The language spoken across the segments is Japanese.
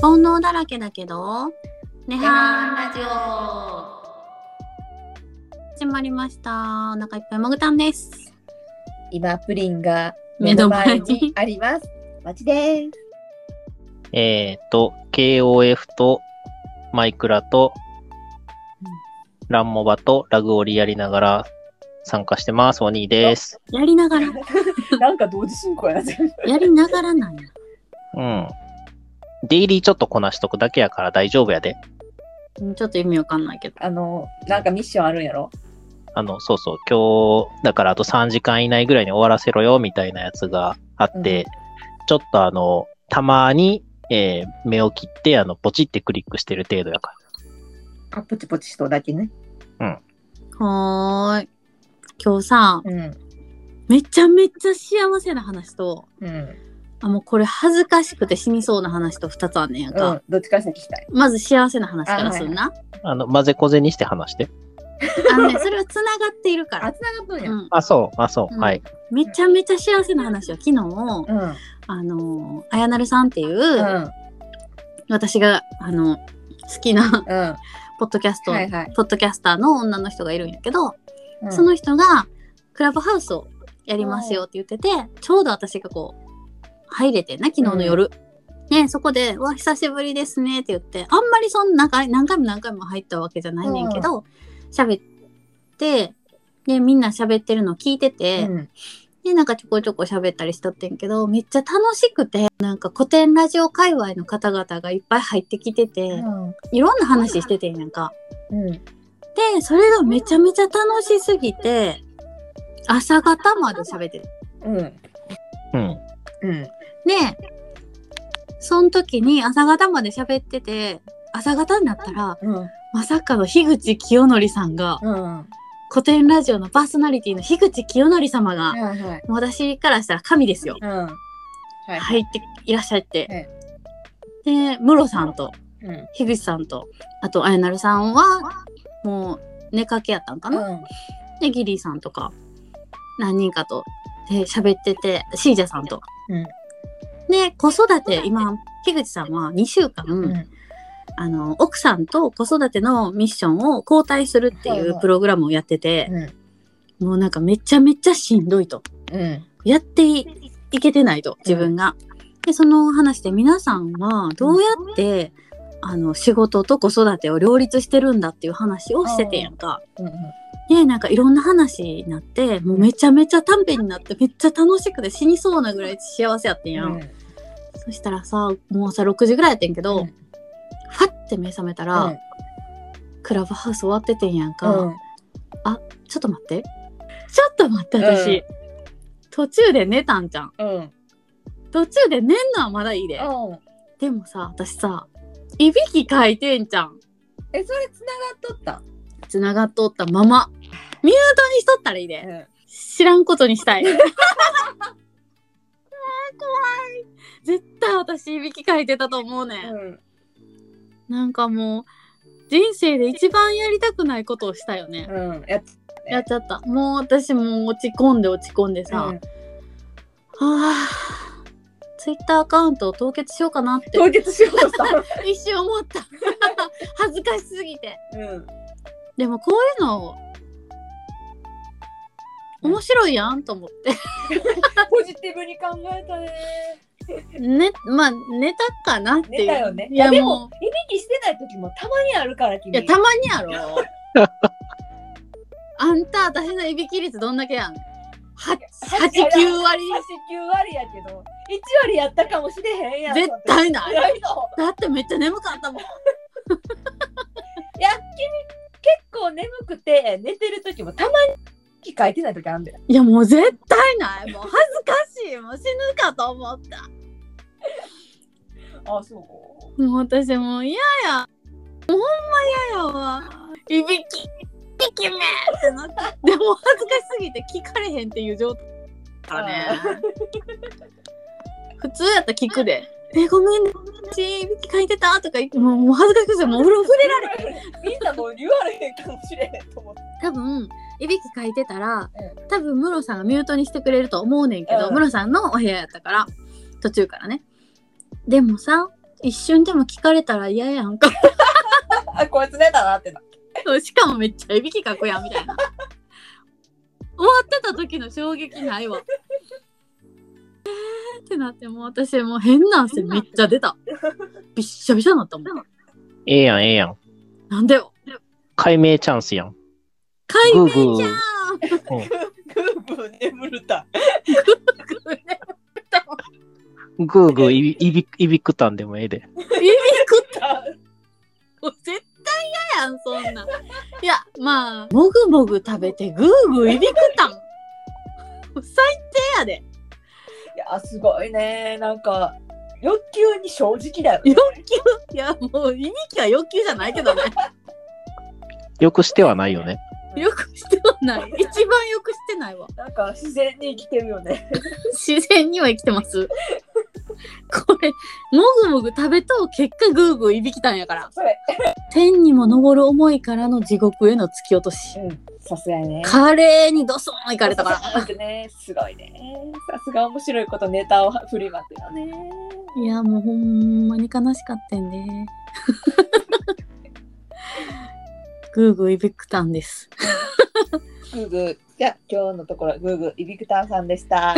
煩悩だらけだけど、ねはーラジオ始まりました。お腹いっぱいもぐたんです。今プリンが目目のの前前ににあり ます。マちです。えっ、と、KOF と、マイクラとうん、ランモバとラグオリやりながら参加してます。お兄です。やりながら、なんか同時進行やな全部やりながらなんや。うん。デイリーちょっとこなしとくだけやから大丈夫やで。うんちょっと意味わかんないけど。あのなんかミッションあるんやろ。あの、そうそう、今日、だからあと3時間以内ぐらいに終わらせろよ、みたいなやつがあって、うんちょっとあの、たまに、えー目を切って、あの、ポチってクリックしてる程度やから。あポチポチしとうだけね。はーい。今日さ、うんめちゃめちゃ幸せな話と、うんあ、もうこれ恥ずかしくて死にそうな話と2つあんねんやんうか。ん。どっちから先聞きたい。まず幸せな話からすんな。あの、混ぜこぜにして話して。あのね、それは繋がっているからあ。つながっとんや。うん、あ、そう、あ、そう、うんはい。めちゃめちゃ幸せな話は昨日、うんあのあやなるさんっていう、うん私があの好きな うん。ポッドキャスト、はいはいポッドキャスターの女の人がいるんやけど、うんその人がクラブハウスをやりますよって言ってて、ちょうど私がこう入れてな昨日の夜、ねそこで「うわ久しぶりですね」って言ってあんまりそんな何回何回も何回も入ったわけじゃないねんけど喋、ってでみんな喋ってるの聞いてて。うんで、なんかちょこちょこ喋ったりしとってんけど、めっちゃ楽しくて、なんか古典ラジオ界隈の方々がいっぱい入ってきてて、いろんな話しててんやんか。うんで、それがめちゃめちゃ楽しすぎて、朝方まで喋ってる。うんうん。うんで、その時に朝方まで喋ってて、朝方になったら、うんまさかの樋口清則さんが、うん。古典ラジオのパーソナリティの樋口清則様が、もはいはいう私からしたら神ですよ。うんは入っていらっしゃって、えでムロさんというん樋口さんとあとあやなるさんはもう寝かけやったんかな、うんでギリーさんとか何人かとで喋っててシージャさんと。うんで子育て今樋口さんは2週間、うんあの奥さんと子育てのミッションを交代するってはいいはういプログラムをやってて、うんもうなんかめちゃめちゃしんどいと。うんやっていいけてないと自分が。でその話で皆さんはどうやって、あの仕事と子育てを両立してるんだっていう話をしててんやんか。うんでなんかいろんな話になってもうめちゃめちゃ短編になってめっちゃ楽しくて死にそうなぐらい幸せやってんやん。うんそしたらさもうさ6時ぐらいやってんけど、うんファッて目覚めたら、クラブハウス終わっててんやんか。うんちょっと待ってちょっと待って私、うん途中で寝たんじゃん。うんうん途中で寝んのはまだいいで。でもさ私さいびきかいてんじゃんえそれつながっとっつながっとったままミュートにしとったらいいたでん知らんことに したいあー怖い絶対私いびきかいてたと思うねん、うんなんかもう人生で一番やりたくないことをしたよね、うんやっうんやっちゃったもう私もう落ち込んで落ち込んでさ、うんあツイッターアカウントを凍結しようかなって凍結しよう とした一瞬思った 恥ずかしすぎてうんでもこういうの面白いやんと思ってポジティブに考えたねねまあネタかなっていう寝たよねいやいやでももいびきしてない時もたまにあるからう君いやたまにやろ あんた私のいびき率どんだけやん89割8 9割やけど1割やったかもしれへんやん絶対ないないのだってめっちゃ眠かったもんいや君結構眠くて寝てる時もたまに息書いてない時あるんだよいやもう絶対ないもう恥ずかしいもう死ぬかと思ったあそうもう私もう嫌やもうほんま嫌やわいびきいびきめってなってでも恥ずかしすぎて聞かれへんっていう状態だからね普通やったら聞くでえ、ごめん、私、いびきかいてたとか言って、もうもう恥ずかしくて、もうお風呂触れられ。 みんなもう言われへんかもしれへんと思って。多分、いびきかいてたら、多分、ムロさんがミュートにしてくれると思うねんけど、うんムロさんのお部屋やったから、途中からね。でもさ、一瞬でも聞かれたら嫌やんか。あ、こいつ寝たなっ てな。そうしかもめっちゃいびきかくやんみたいな終わってた時の衝撃ないわえーってなってもう私もう変な汗めっちゃ出たびっしゃびしゃになったもんええやん、ええやん。なんでよ解明チャンスやん。解グ明ーグじゃー。グーグー眠るた。んグーグーいびいびいびくたんでもええで。もう絶対嫌やんそんなんいやまあもぐもぐ食べてグーグーいびくたんもう最低やでいや、すごいね。なんか、欲求に正直だよね。欲求いやもういびきは欲求じゃないけどねよくしてはないよね。よくしては ない一番よくしてないわなんか、自然に生きてるよね。 自然には生きてます。これ、もぐもぐ食べとう結果グーグーいびきたんやから。それ。天にも昇る思いからの地獄への突き落とし。うん、さすがやね。華麗にドスン行かれたから。ら。ね、すごいね。さすが面白いことネタを振りまくよね。いや、もうほんまに悲しかったんで。 グーグーいびくたんです。グーグー。じゃあ、今日のところ、グーグー、イビクタンさんで した。あ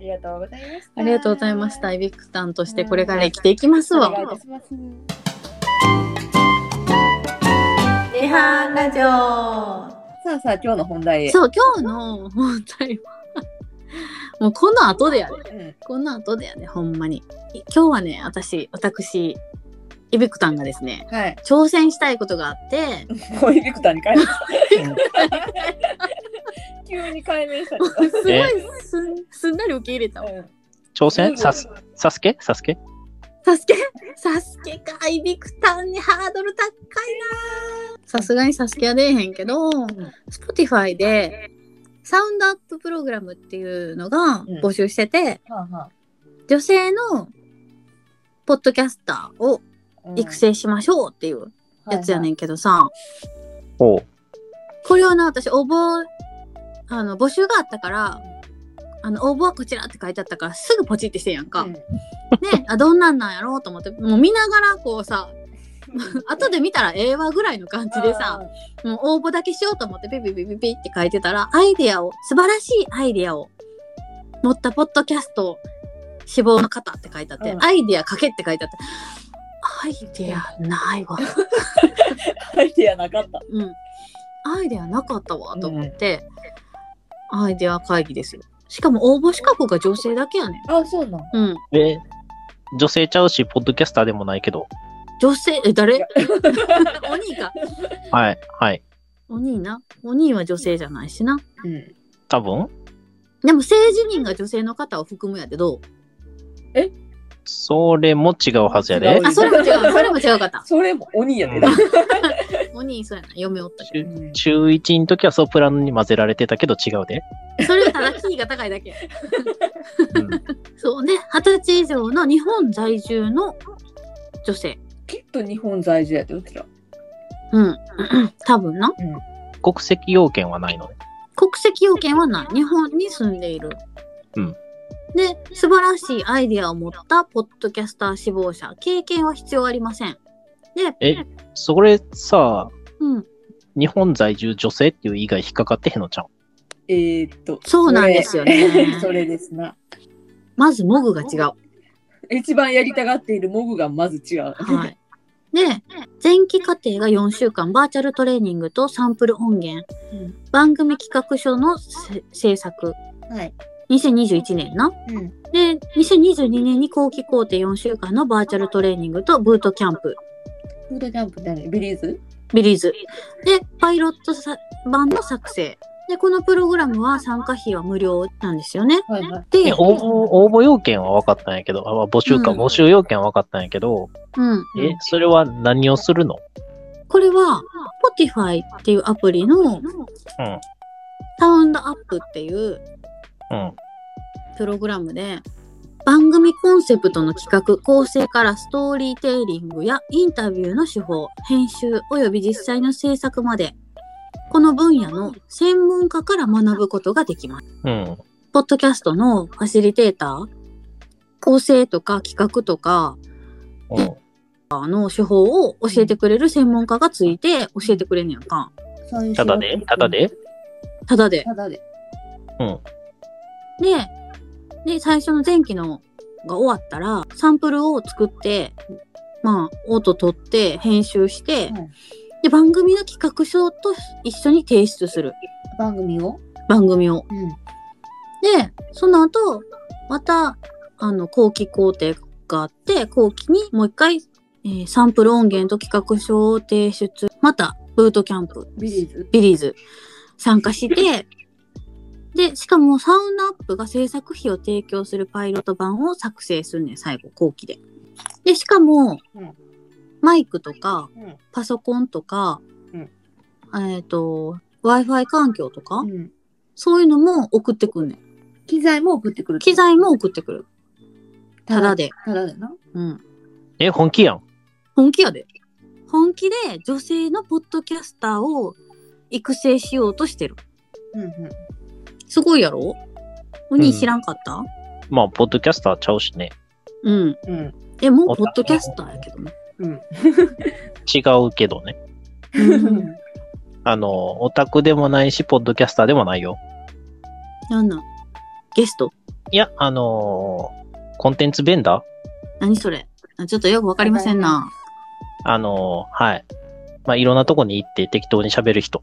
りがとうございました。ありがとうございました。。いびくたんとしてこれから生きていきますおわ。願いいたします。リハンラジオさあさあ、今日の本題へ。そう、今日の本題は、 もうこの後でやで。うん。この後だよね、ほんまに。い今日はね、私、私、イビクタンがですね、はい。挑戦したいことがあって、もうイビクタンに変えました。 急に解明したりとか。すごいすんすんなり受け入れたわ。うん挑戦サス、サスケサスケサスケサスケか、イビクタンにハードル高いなさすがにサスケは出えへんけど、Spotify で、サウンドアッププログラムっていうのが募集してて、はあは女性のポッドキャスターをあうん育成しましょうっていうやつやねんけどさ、おう。これをな私応募あの募集があったからあの応募はこちらって書いてあったからすぐポチってしてんやんか、はいはいねあどんなんなんやろうと思ってもう見ながらこうさうん後で見たらええわぐらいの感じでさもう応募だけしようと思ってピピピピピって書いてたらアイデアを素晴らしいアイデアを持ったポッドキャスト志望の方って書いてあって、うんアイデアかけって書いてあってアイデアないわアイデアなかった。うん、アイデアなかったわと思って、アイデア会議ですよしかも応募資格が女性だけやねんあ、そうなん。うんえ、女性ちゃうし、ポッドキャスターでもないけど。女性えい誰や お兄かはい、はい。お兄なお兄は女性じゃないしなうん。多分でも政治人が女性の方を含むやでどうそれも違うはずや違でう。あそれも違うそれも違うかったそれも鬼やね。お兄そうやな嫁おったけうん中1の時はソプラノに混ぜられてたけど違うで。どそれはただキーが高いだけうん、そうね二十歳以上の日本在住の女性きっと日本在住やってうちら。うん 多分な国籍要件はないのね。国籍要件はない日本に住んでいる、うんで素晴らしいアイデアを持ったポッドキャスター志望者経験は必要ありませんでえそれさ、うん、日本在住女性っていう以外引っかかってへんのちゃうえーっと。そうなんですよね それですな。まずモグが違う、一番やりたがっているモグがまず違う。はい、で前期課程が4週間バーチャルトレーニングとサンプル音源、うん番組企画書のせ制作はい。 2021年なうん。で2022年に後期工程4週間のバーチャルトレーニングとブートキャンプフードキャンプって何ビリーズビリーズ。で、パイロットさ版の作成。で、このプログラムは参加費は無料なんですよね。はいはい。でえ、応募、応募要件は分かったんやけど、あ募集か、うん募集要件は分かったんやけど、うん。え、それは何をするのこれは、Spotify っていうアプリのうん、サウンドアップっていううん。プログラムで、番組コンセプトの企画構成からストーリーテイリングやインタビューの手法編集および実際の制作までこの分野の専門家から学ぶことができます。うん。ポッドキャストのファシリテーター構成とか企画とかうん。あの手法を教えてくれる専門家がついて教えてくれんねやんか。そういう仕た事だでただでただで。ただで。で、で、最初の前期のが終わったら、サンプルを作って、まあ、音取って、編集して、うんで、番組の企画書と一緒に提出する。番組を。番組を。うん。で、その後、また、あの、後期工程があって、後期にもう一回、えーサンプル音源と企画書を提出。また、ブートキャンプ、ビリーズ。ビリーズ、参加して、 で、しかもサウンドアップが制作費を提供するパイロット版を作成するねん、最後、後期で。で、しかも、うんマイクとか、うんパソコンとか、うんえっ、と、Wi-Fi 環境とか、うん。そういうのも送ってくんねん。機材も送ってくる。機材も送ってくる。ただ。で。ただでな。うん。え、本気やん。本気やで。本気で女性のポッドキャスターを育成しようとしてる。うんうん。すごいやろお兄うん知らんかったまあ、ポッドキャスターちゃうしね。うん、うん。え、もうポッドキャスターやけどね。うん。違うけどね。あの、オタクでもないし、ポッドキャスターでもないよ。 なんなんゲストいや、あのーコンテンツベンダー何それあちょっとよくわかりませんな。あのーはい。まあ、いろんなとこに行って適当に喋る人。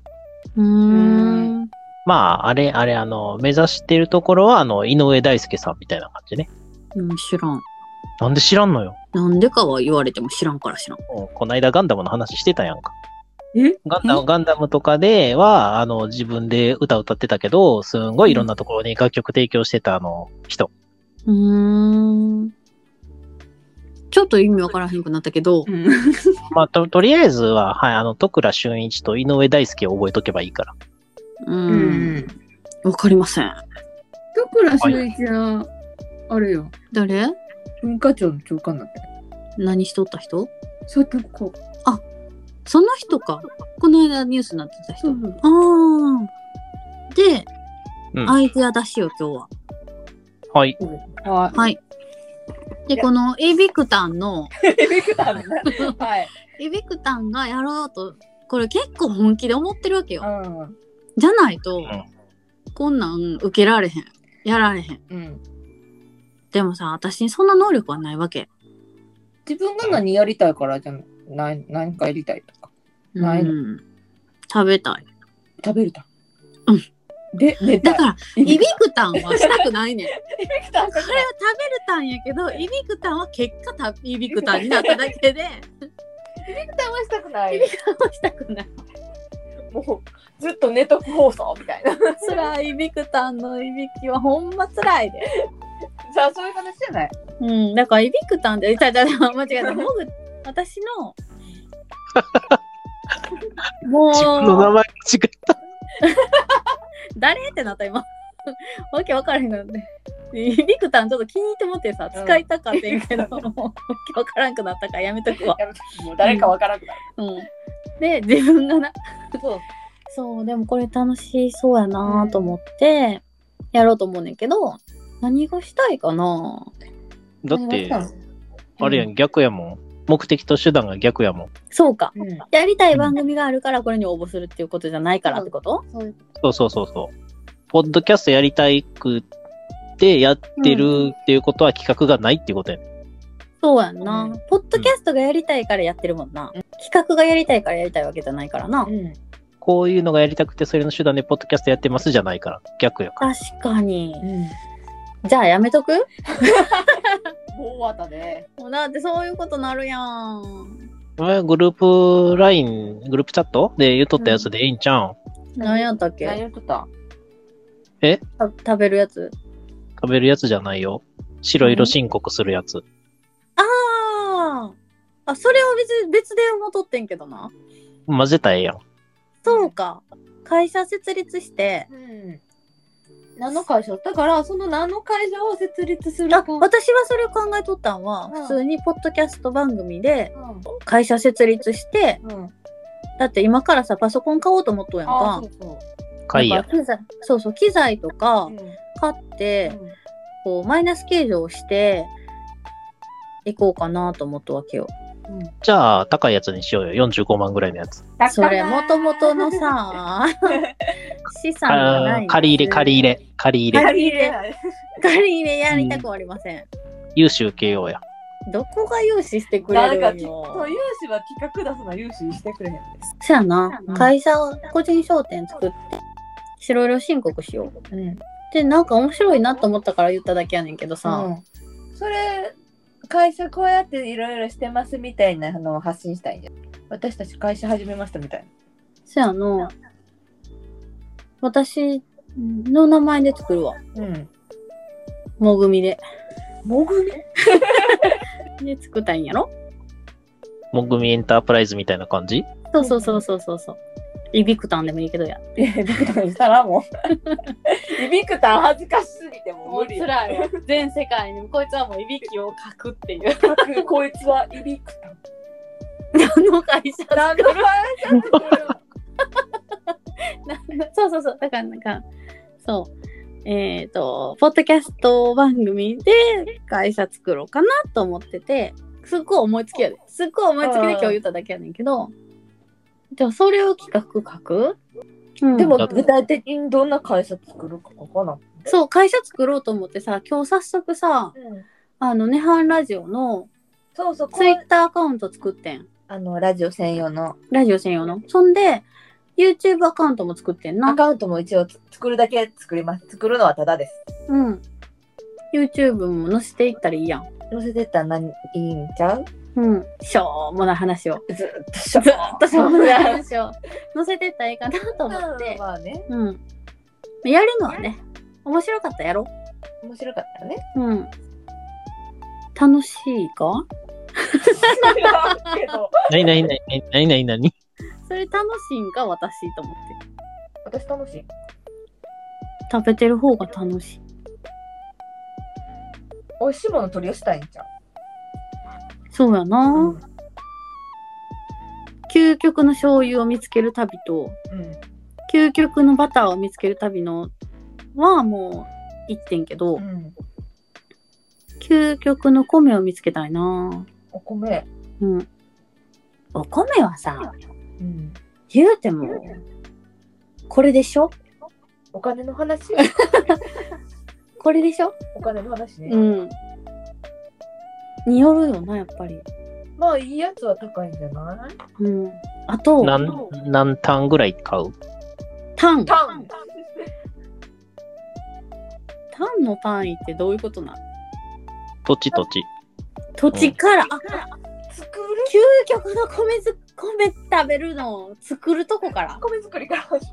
うーん。まあ、あれ、あれ、あの、目指してるところは、あの、井上大輔さんみたいな感じね。うん、知らん。なんで知らんのよ。なんでかは言われても知らんから知らん。うんこないだガンダムの話してたやんか。えガンダム、ガンダムとかでは、あの、自分で歌歌ってたけど、すんごいいろんなところに楽曲提供してたあの、人。うーん。ちょっと意味わからへんくなったけど、うん。まあ、と、とりあえずは、はい、あの、徳倉俊一と井上大輔を覚えとけばいいから。う。うんん。わかりません。徳倉俊一の、あれよ、誰文化庁の長官だって。何しとった人そうやってこう。その人か。この間ニュースになってた人。そうそうああ。で、うんアイデア出しよ、今日は。はい。ははい。で、このエビクタンの、い。ビクターのな。はい。エビクタンがやろうと、これ結構本気で思ってるわけよ。うん。じゃないと、んこんなん受けられへん。やられへん。うん。でもさ、私にそんな能力はないわけ。自分が何やりたいからじゃない何かやりたいとかないのうん。食べたい。食べるたうんで寝ただ いから、イビクタンはしたくないねん。ビクターそれは食べるたんやけど、イビクタンは結果たイビクタンになっただけで、 はしたくないしたくない。もうずっと寝とく放送みたいな辛いイビクタンのいびきはほんま辛いで。じゃあそういう話じゃないうん、だからイビクタンで、ただ間違えた。もぐ、私の、 も自分の名う、前違った。誰ってなった今。 わけわからへんくなって。イビクタンちょっと気に入ってもってさ、使いたかってんけど、 もうわけわからんくなったからやめとくわ。やめとくもう誰かわからんくなるうん。で、自分がな、そうそう、でもこれ楽しそうやなと思って、やろうと思うねんけど、何がしたいかなだっ何てが、したのあれやん、逆やもん。目的と手段が逆やもん。そうか。うんやりたい番組があるからこれに応募するっていうことじゃないからってことそういうそうそうそうそう。ポッドキャストやりたいくってやってるっていうことは企画がないっていうことやね、そうやんな、うんポッドキャストがやりたいからやってるもんな。企画がやりたいからやりたいわけじゃないからな。うんこういうのがやりたくて、それの手段でポッドキャストやってますじゃないから。逆やから。確かに。うんじゃあやめとくもう終わったねもうだってそういうことなるやん。えグループライン、グループチャットで言うとったやつでええんちゃうん、何やったっ何けやってたた食べるやつ。食べるやつじゃないよ。白色申告するやつ。ああ。あ、それを別に別でも取ってんけどな。混ぜたらええやん。そうか。会社設立して、うん何の会社だからその何の会社を設立するあか私はそれを考えとったんは、うん普通にポッドキャスト番組で会社設立してうんうんだって今からさパソコン買おうと思っとんやんあかそうそう会なんや。か機材そうそう機材とかうん買って、うんこうマイナス計上をしていこうかなと思ったわけよ。うんじゃあ、高いやつにしようよ。45万ぐらいのやつ。それもともとの さ資産がなあいー借り入れ、借り入れ、借り入れ。借り入れ借り入れやりたくありません。融資受けようや。どこが融資してくなれんかるんきよそう融資は企画出すな融資してくれへんですそやな、うん会社を個人商店作って白色申告しよう。うんでなんか面白いなと思ったから言っただけやねんけどさ、うん、それ会社こうやっていろいろしてますみたいなのを発信したいんじゃん私たち会社始めましたみたいそやの私の名前で作るわ。なうんもぐみで。もぐみで作ったんやろもぐみエンタープライズみたいな感じそうそうそうそうそうそう。いびくたんでもいいけどや。えビクタンしたらもう いびくたん恥ずかしすぎてもう無理辛いわ。全世界にこいつはもういびきをかくって いう。こいつはいびくたん何の会社何の会社作る そうそうそう。だからなんか、そう。えっ、と、ポッドキャスト番組で会社作ろうかなと思ってて、すっごい思いつきやで。すっごい思いつきで今日言っただけやねんけど、じゃあそれを企画書く、 うんでもだって具体的にどんな会社作るかわからんそう、会社作ろうと思ってさ、今日早速さ、あの、ネハンラジオのそうそうこツイれッターアカウント作ってん。あのラジオ専用のラジオ専用の。そんで、YouTube アカウントも作ってんな。アカウントも一応つ作るだけ作ります作るのはただですうん。YouTube も載せていったらいいやん。載せてったら何いいんちゃううん。しょうもない話を。ずっとしょずっとしょうもない話を 載せてったらいいかなと思って。ま あねうん。やるのはね、面白かったらやろ面白かったねう。うん。楽しいか知らんけどなになになになになになにそれ楽しいんか私と思って。 私楽しい食べてる方が楽しい。美味しいもの取り寄せたいんちゃそうやな、ううん究極の醤油を見つける旅と、究極のバターを見つける旅のはもう一点けど、うん究極の米を見つけたいなお米うん。お米はさ、うん言うても、これでしょお金の話これでしょお金の話ね、うん。によるよな、やっぱり。まあいいやつは高いんじゃないうん。あと、何、何単ぐらい買うタン。タンタンの単位ってどういうことなん土地土地。土地から、あ、作る究極の米ず、米食べるのを作るとこから。米作りから始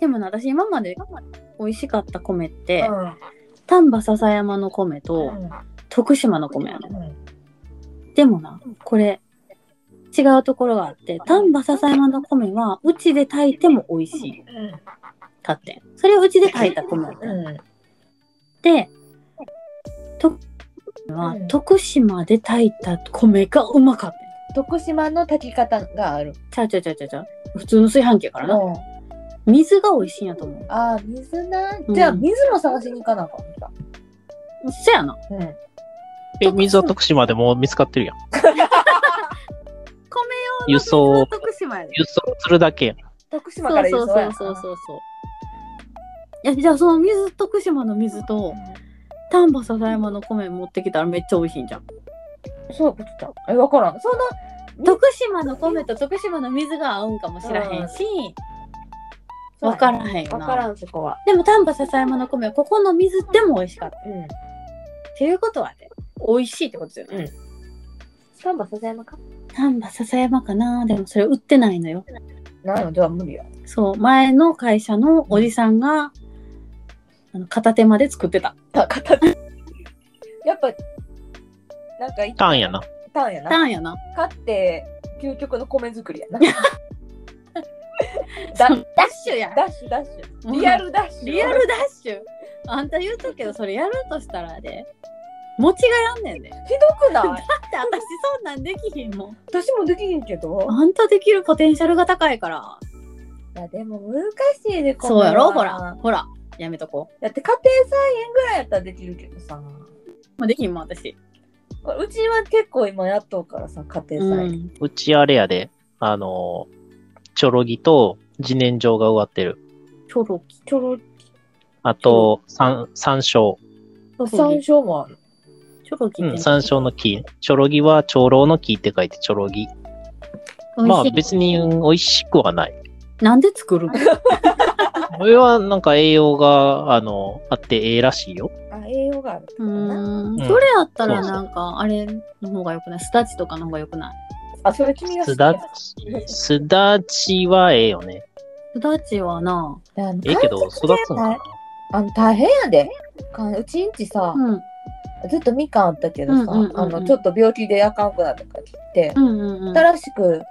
でもな、私今まで美味しかった米って、まる丹波篠山の米うとん徳島の米やね。うんでもな、これ、違うところがあって、丹波篠山の米は、うちで炊いても美味しい。かってん。それをうちで炊いた米やったうんようんで、とはうん徳島で炊いた米がうまかったん。徳島の炊き方があるちゃうちゃうちゃうちゃうちゃう。普通の炊飯器やからな。うん水が美味しいんやと思う。ああ水なうんじゃあ水も探しに行かなあかんかそやな。うんえ、水は徳島でもう見つかってるや ん。米輸送水は徳島やで。輸送するだけやん。徳島そかうらそうそうそうそうそう。いやじゃあその水徳島の水と丹波篠山の米持ってきたらめっちゃ美味しいんじゃん。そういうことだえ分からんそんな徳島の米と徳島の水が合うんかもしらへんし、分からへんよな分からんそこはでも丹波篠山の米はここの水でも美味しかった。うんっていうことはね、美味しいってことだよね。丹波笹山か丹波篠山かなでもそれ売ってないのよ。ないのでは無理やそう、前の会社のおじさんが、あの片手まで作ってた。あ片手 やっぱなんか一単やな。旦やなたんやな。買って究極の米作りやなダダッシュや。ダッシュダッシうュんリアルダッシュリアルダッシュ。あんた言うとくけど、それやるとしたらで、持ちがやんねんで。だっひどくないて私そんなんできひんもん。私もできへんけどあんたできるポテンシャルが高いから。いやでも難しいでこれそうはやろほら。ほら。やめとこだって家庭菜園ぐらいやったらできるけどさう。もうできひんもん、私。これうちは結構今やっとうからさ家庭菜園、ん。うちあれやで、あの、ちょろぎと自然薯が植わってる。ちょろき。ちょろあと、山、山椒。山椒もあるちょろきうっん、て。山椒の木。ちょろぎは長老の木って書いてちょろぎ。まあ美味し別にうん美味しくはない。い。なんで作るのこれはなんか栄養が、あの、あってええらしいよ。あ栄養があるう。うんんそれやったらそうそうなんか、あれの方がよくないスタチとかの方がよくないあそれ君が好すきなだち、すだちはええよね。スタチはな、ええけど、育つのかな。あの大変やでかうちんちさ、うん。うんずっとみかんあったけどさ、うんうんうんうんあのちょっと病気であかんくなったから切って、うんうん。新しく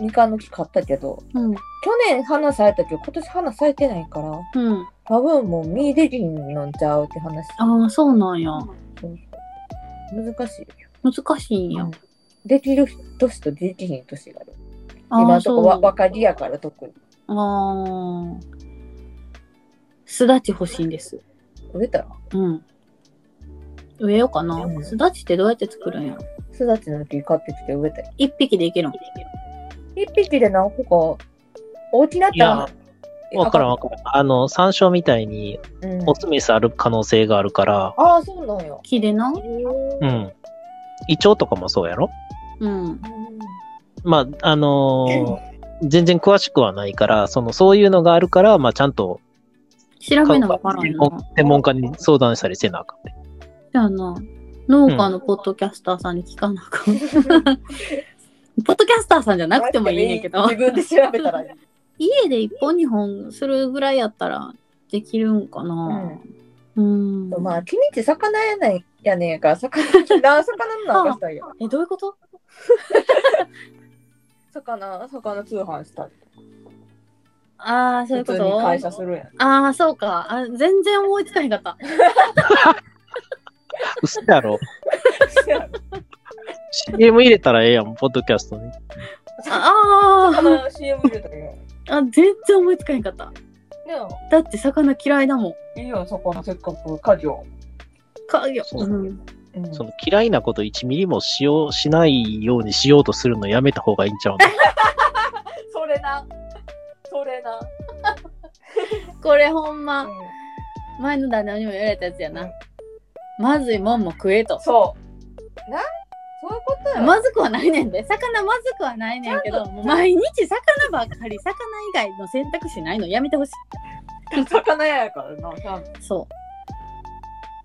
みかんの木買ったけどうん。去年花咲いたけど今年花咲いてないからうん。多分もう実できんのんちゃうって話ああ、そうなんや。そうそう難しいよ難しいんや。うんできる年とできひん年があるあ今あのとこわ分かりやから特にああ。すだち欲しいんです。植えたらうん。植えようかなう。んすだちってどうやって作るんやろすだちの木買ってきて植えたよ一匹でいけるん一匹で何個か大きなったらえわからんわからん。あの、山椒みたいにうんオスメスある可能性があるから、ああそうなんや木でな。う。うん胃腸とかもそうやろうん。まあ、あのー全然詳しくはないから、その、そういうのがあるから、まあ、ちゃんと、調べなわからん専よな。門専門家に相談したりせなあかんね。じゃあな、農家のポッドキャスターさんに聞かなあかん。ポッドキャスターさんじゃなくてもいいねんけど自、分で調べたらいい家で一本二本するぐらいやったらできるんかな。うん。まあ、君んち魚やないやねんから、魚、な、魚のなんか したいよ。え、どういうこと魚、魚通販したり。ああ、そうい普うこ通にと会社するやん。 ああ、そうか。あ全然思いつかへんかった。嘘やろ ?CM 入れたらええやん、ポッドキャストに。ああ魚 CM 入れたらいいやん。あ、全然思いつかへんかった。ねだって魚嫌いだもん。えいいよ、魚、せっかく家業。かよ。そううんうんその嫌いなこと1ミリもしよう、しないようにしようとするのやめた方がいいんちゃうのそれな。それな。これほんま、う前の旦那にも言われたやつやう。なんまずいもんも食えとん。そう。なそういうことよ。まずくはないねんで。魚まずくはないねんけちゃど、んともう毎日魚ばっかり、魚以外の選択肢ないのやめてほしい。魚屋やからな、ちゃんとそ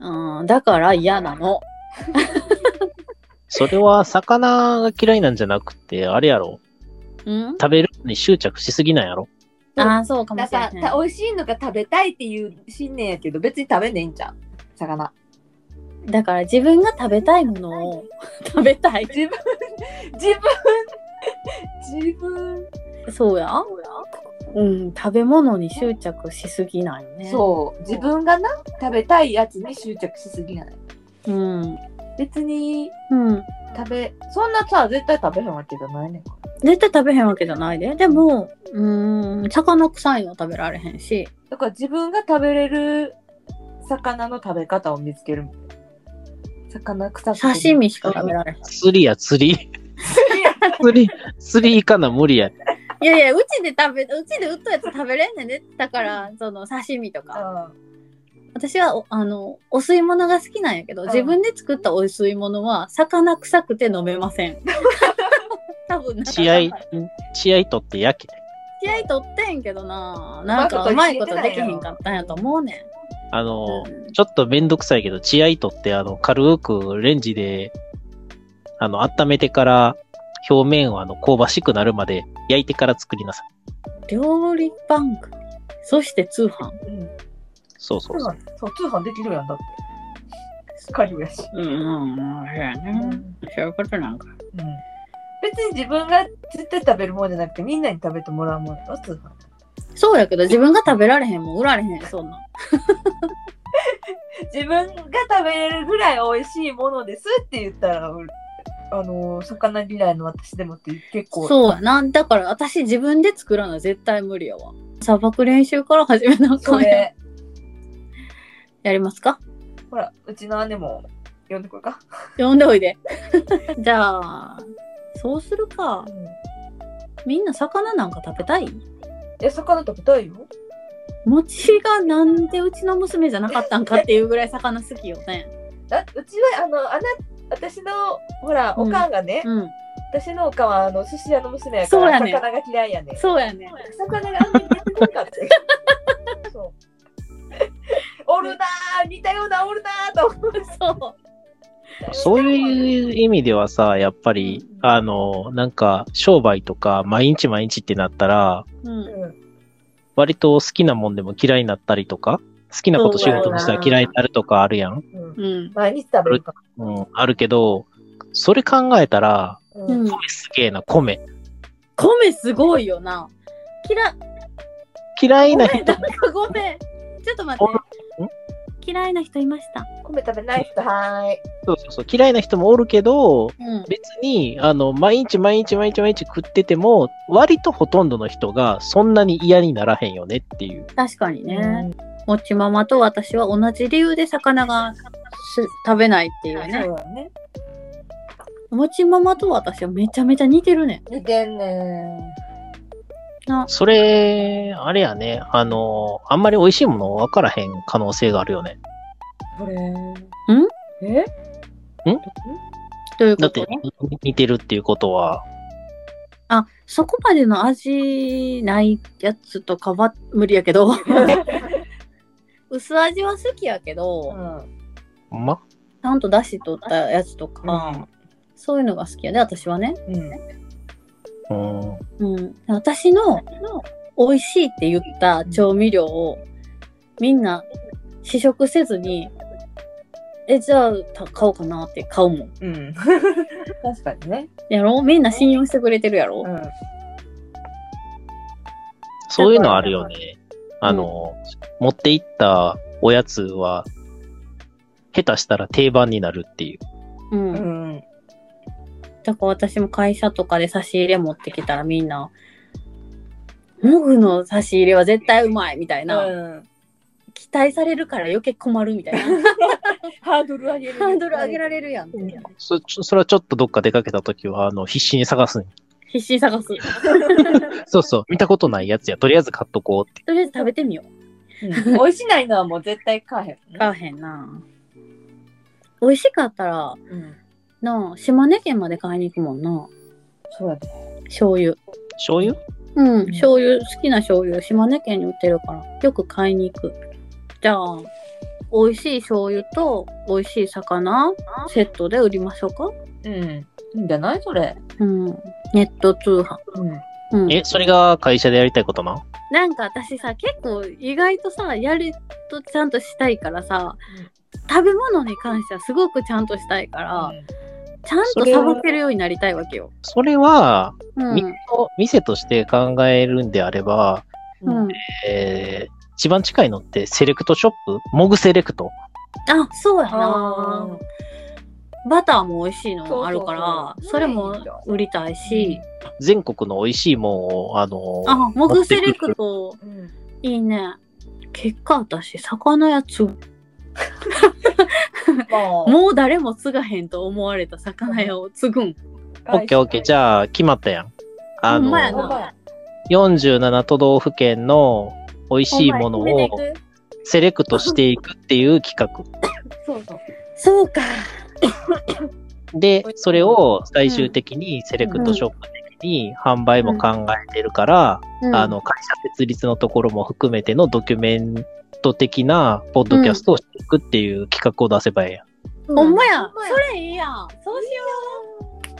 う。うん、だから嫌なの。それは、魚が嫌いなんじゃなくて、あれやろ。うん食べるのに執着しすぎなんやろ。ああ、そうかもなんしれか、ない。た美味しいのが食べたいっていう信念やけど、別に食べねえんじゃん。魚。だから自分が食べたいものを食べたい。自分、自分、自分。そうや。うん、食べ物に執着しすぎないよね。そう自分がな食べたいやつに執着しすぎないうん。別にうん。食べそんなさ絶対食べへんわけじゃないねんから絶対食べへんわけじゃないで。でも、うん、魚臭いの食べられへんし。だから自分が食べれる魚の食べ方を見つける魚臭くて刺身しか食べられへん。釣りや、釣り。釣り、釣り行かな無理や。いやいや、うちで食べ、うちで売ったやつ食べれんねんね。だから、その刺身とか。う私はお、あの、お吸い物が好きなんやけど、うん自分で作ったお吸い物は、魚臭くて飲めま せん。多分な血合い、血合い取って焼け。気合い取ってんけどななんかうまいことできへんかったんやと思うねん。あの、うんちょっとめんどくさいけど、血合い取って、あの、軽くレンジで、あの、温めてから、表面をあの、香ばしくなるまで焼いてから作りなさい。料理番組そして通販んうんそうそうそう。そう通販できるやんだって家業やし、うんうんうんそうやうねそういうことなんか別に自分が絶対食べるもんじゃなくてみんなに食べてもらうもんやろ通販そうやけど自分が食べられへんもん売られへんそんなん自分が食べれるぐらい美味しいものですって言ったら、うあのー、魚嫌いの私でもって結構。そうやな。だから私自分で作らな絶対無理やわ。砂漠練習から始めなあそかんやん。れ、やりますかほら、うちの姉も呼んでこいか。呼んでおいで。 じゃあ、そうするか。うん。いみんな魚なんか食べたいや、魚食べたいよ。餅がなんでうちの娘じゃなかったんかっていうぐらい魚好きよね。だうちは、あの、あな、私の、ほら、うんおかんがね、うん。私のおかんは、あの、寿司屋の娘やから、そうやね魚が嫌いやねん。そうやね。魚があんまり出てこなかったよ そう。おるなー似たようなおるなーと思っそう。てそういう意味ではさ、やっぱり、あの、なんか、商売とか、毎日毎日ってなったら、うん。う割と好きなもんでも嫌いになったりとか、好きなこと仕事にしたら嫌いになるとかあるやん。ん、うん、うん。毎日食べるか、うん、あるけど、それ考えたら、ううんん、米すげえな、米。米すごいよな。嫌い、嫌いな人なんかごめん。ちょっと待って。嫌いな人いました。米食べない人はーいそうそうそう、嫌いな人もおるけうど、ん。別に、あの、毎日毎日毎日毎日食ってても、割とほとんどの人がそんなに嫌にならへんよねっていう。確かにね。もちママと私は同じ理由で魚がす食べないっていそううね。だねもちママと私はめちゃめちゃ似てるね。似てんねそれ、あれやね、あの、あんまり美味しいもの分からへん可能性があるよね。ーこれんえというだことってね。、似てるっていうことは、あ、そこまでの味ないやつとかは無理やけど。薄味は好きやけうど、んほんまちゃんと出汁取ったやつとか、そういうのが好きやで、私はね。うんうん。うん、私の美味しいって言った調味料をみんな試食せずに、え、じゃあた買おうかなって買うもん。うん確かにねやろみんな信用してくれてるやろ、うんそういうのあるよね。あの、持っていったおやつは、下手したら定番になるっていう。うん、うんだから私も会社とかで差し入れ持ってきたらみんな、モグの差し入れは絶対うまいみたいな、うん期待されるから余計困るみたいな。ハードル上げる ハードル上げられるやん。そちょそれはちょっとどっか出かけたときは、あの、必死に探すね。必死に探す。とそうそう、見たことないやつや。とりあえず買っとこうって。りあえず食べてみよう。うん美味しないのはもう絶対買えへん買わへんな。美味しかったら、うんなあ、島根県まで買いに行くもんな。そうやで醤油。醤油うん、ん醤油、好きな醤油、島根県に売ってるから、よく買いに行く。じゃあ、美味しい醤油と美味しい魚、セットで売りましょうか。うんいいんじゃないそれうん。ネット通販。うんうん。え、それが会社でやりたいことななんか私さ、結構意外とさ、やるとちゃんとしたいからさ、食べ物に関してはすごくちゃんとしたいから、ちゃんとさばけるようになりたいわけよ。それは、うんみ。店として考えるんであれば、うん、えー、一番近いのってセレクトショップモグセレクト。あ、そうやあなー。バターも美味しいのそあうそうそうるから、それも売りたいし、全国の美味しいもんを、あのーあ、モグセレクトうんいいね。結果私、魚やつ、ももう誰も継がへんと思われた魚屋を継ぐん。オッケーオッケー、じゃあ決まったやん。あほんのまやほんなまー、や47都道府県の美味しいものほんまやをセレクトしていくっていう企画。そうそうそうか。で、それを最終的にセレクトショップ的に販売も考えてるから、うんあの、会社設立のところも含めてのドキュメント的なポッドキャストをしていくっていう企画を出せばええやん。ほんまやほんま。やそれいいやん。そうしよう。素晴素晴らしいね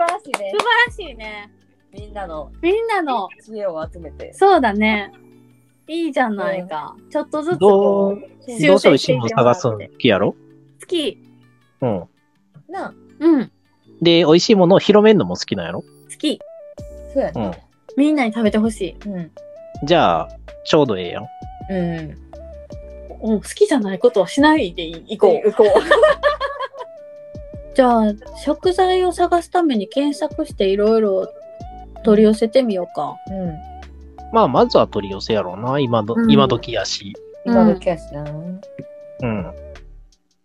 らしいね。みんなのみんなの、知恵を集めて。そうだね。いいじゃないか。ちょっとずつどこうう、修どうせ正美味ししていいもっのてもら探ってすの好きやろ好き。うん。なあ、うん。で、美味しいものを広めるのも好きなんやろ好き。そうやうね。ん。みんなに食べてほしい。うん。じゃあ、ちょうどええやん。うん。うん、好きじゃないことはしないでいこう。行こじゃあ、食材を探すために検索していろいろ取り寄せてみようか。う。うん。まあ、まずは取り寄せやろうな。今ど、うん今時やし。今時やしな。うん。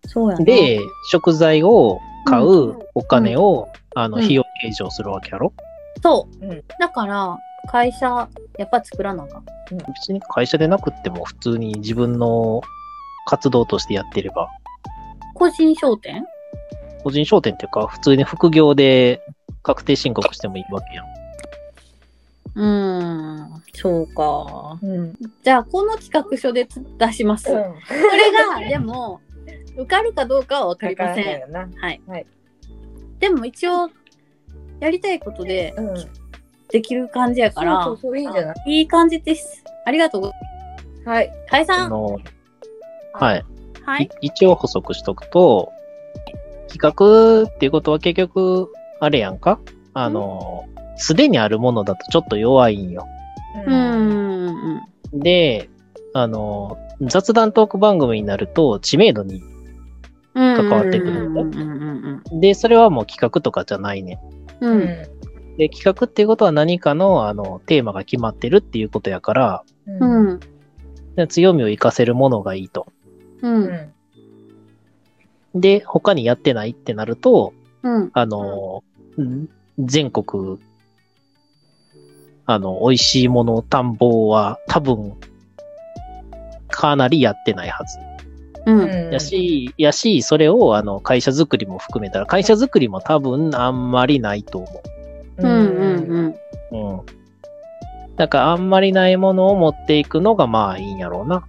そうやな。で、食材を買うお金を、あの、うん費用計上するわけやろ。そう。うんだから、会社、やっぱ作らなあかん。別に会社でなくっても、普通に自分の活動としてやってれば、個人商店個人商店っていうか、普通に副業で確定申告してもいいわけやん。うーん、そうか。うん。うん。じゃあ、この企画書でつ出します。これが、でも、受かるかどうかはわかかりからませないん。よな。はい。はいでも、一応、やりたいことでうん。できる感じやから、そうそうそういいんじゃない。いい感じです。ありがとうございはい。ます。解あ散の、はい。はいい。一応補足しとくと、企画っていうことは結局、あれやんかあの、すでにあるものだとちょっと弱いんよ。うーん。で、あの、雑談トーク番組になると知名度に。関わってくるうんうんうんで、それはもう企画とかじゃないねうん。ううん。ん。ん。で、企画っていうことは何かの、あの、テーマが決まってるっていうことやから、ううん。ん。で強みを活かせるものがいいと。う。うんん。で、他にやってないってなると、うん。あの、ん全国、あの、美味しいもの、田んぼは多分、かなりやってないはず。うん。うん。やし、やし、それを、あの、会社作りも含めたら、会社作りも多分あんまりないと思うん。うん。うん。う。うん。だから、あんまりないものを持っていくのが、まあいいんやろうな。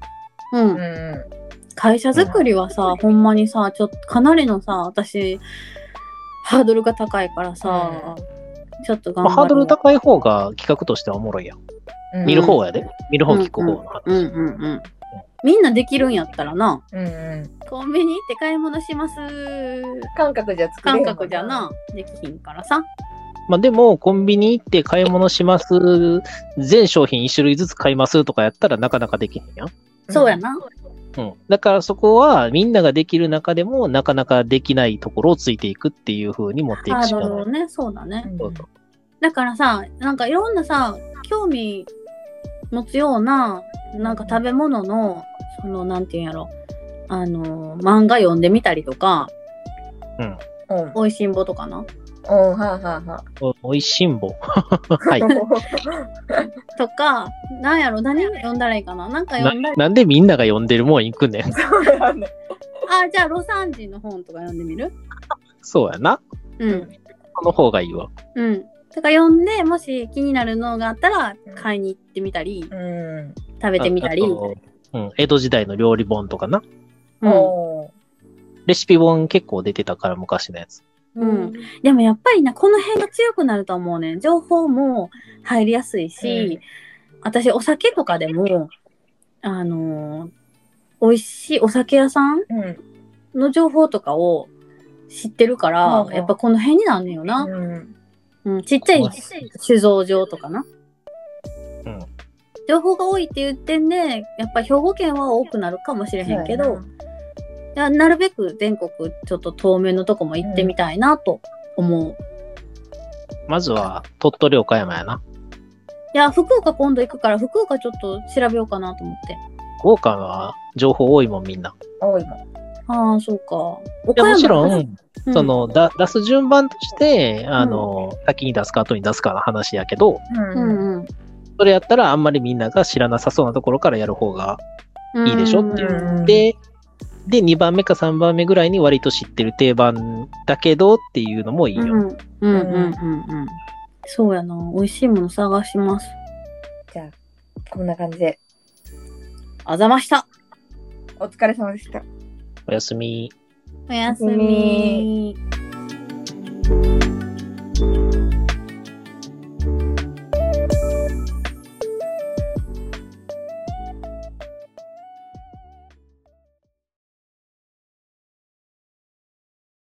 う。うんん。会社作りはさ、ほんまにさ、ちょっとかなりのさ、私、ハードルが高いからさ、ちょっと頑ま張あ、る。ハードル高い方が企画としてはおもろいやん。うん。見る方やで。見る方、聞く方の話。うんうんうん。みんなできるんやったらな、うんうん。コンビニ行って買い物します感覚じゃ作れ感へんもん覚じゃ。な、できひんからさ。まあでも、コンビニ行って買い物します、全商品1種類ずつ買いますとかやったらなかなかできへんやん。そうやな。うん。だからそこはみんなができる中でもなかなかできないところをついていくっていう風に持っていハくーしかドルなをい。ね、そうだねう。ん。そうそうだからさ、なんかいろんなさ、興味持つような、なんか食べ物の、その、なんていうんやろ、あの、漫画読んでみたりとか、うん。うん。うん。おいしんぼとかなはあはあはおいしん ぼ。はいあ。とか、なんやろ、何読んだらいいかななんかな読んだり、なんでみんなが読んでるもん行くねん。 そうやね。あ、じゃあ、ロサンジの本とか読んでみるそうやな。うん。この方がいいわ。うん。とか読んで、もし気になるのがあったら、買いに行ってみたり、うん。食べてみたり。ああとうん。江戸時代の料理本とかな。うんもレシピ本結構出てたから昔のやつ。う。うん。でもやっぱりな、この辺が強くなると思うねん。情報も入りやすいし、私、お酒とかでも、あのー美味しいお酒屋さんうん。の情報とかを知ってるかはあらは、あやっぱこの辺になんねんよな。うん。うん、ちっちゃい怖い酒造場とかな。うん。情報が多いっていう点で、やっぱ兵庫県は多くなるかもしれへんけど、いやなるべく全国ちょっと透明のとこも行ってみたいなと思う。いまずは鳥取岡山やな。や、福岡今度行くから、福岡ちょっと調べようかなと思って。福岡は情報多いもんみんな。多いもん。ああ、そうか。いやもちろん、うんそ、のだ出す順番として、あの、先に出すか後に出すかの話やけど、ううん。んうんそれやったらあんまりみんなが知らなさそうなところからやる方が、うん、いいでしょっていうんで、で、2番目か3番目ぐらいに割と知ってる定番だけどっていうのもいいよ。うんうんうんうんうん。そうやな。美味しいもの探します。じゃあ、こんな感じで、あざました。お疲れ様でした。おやすみ。おやすおやすみ。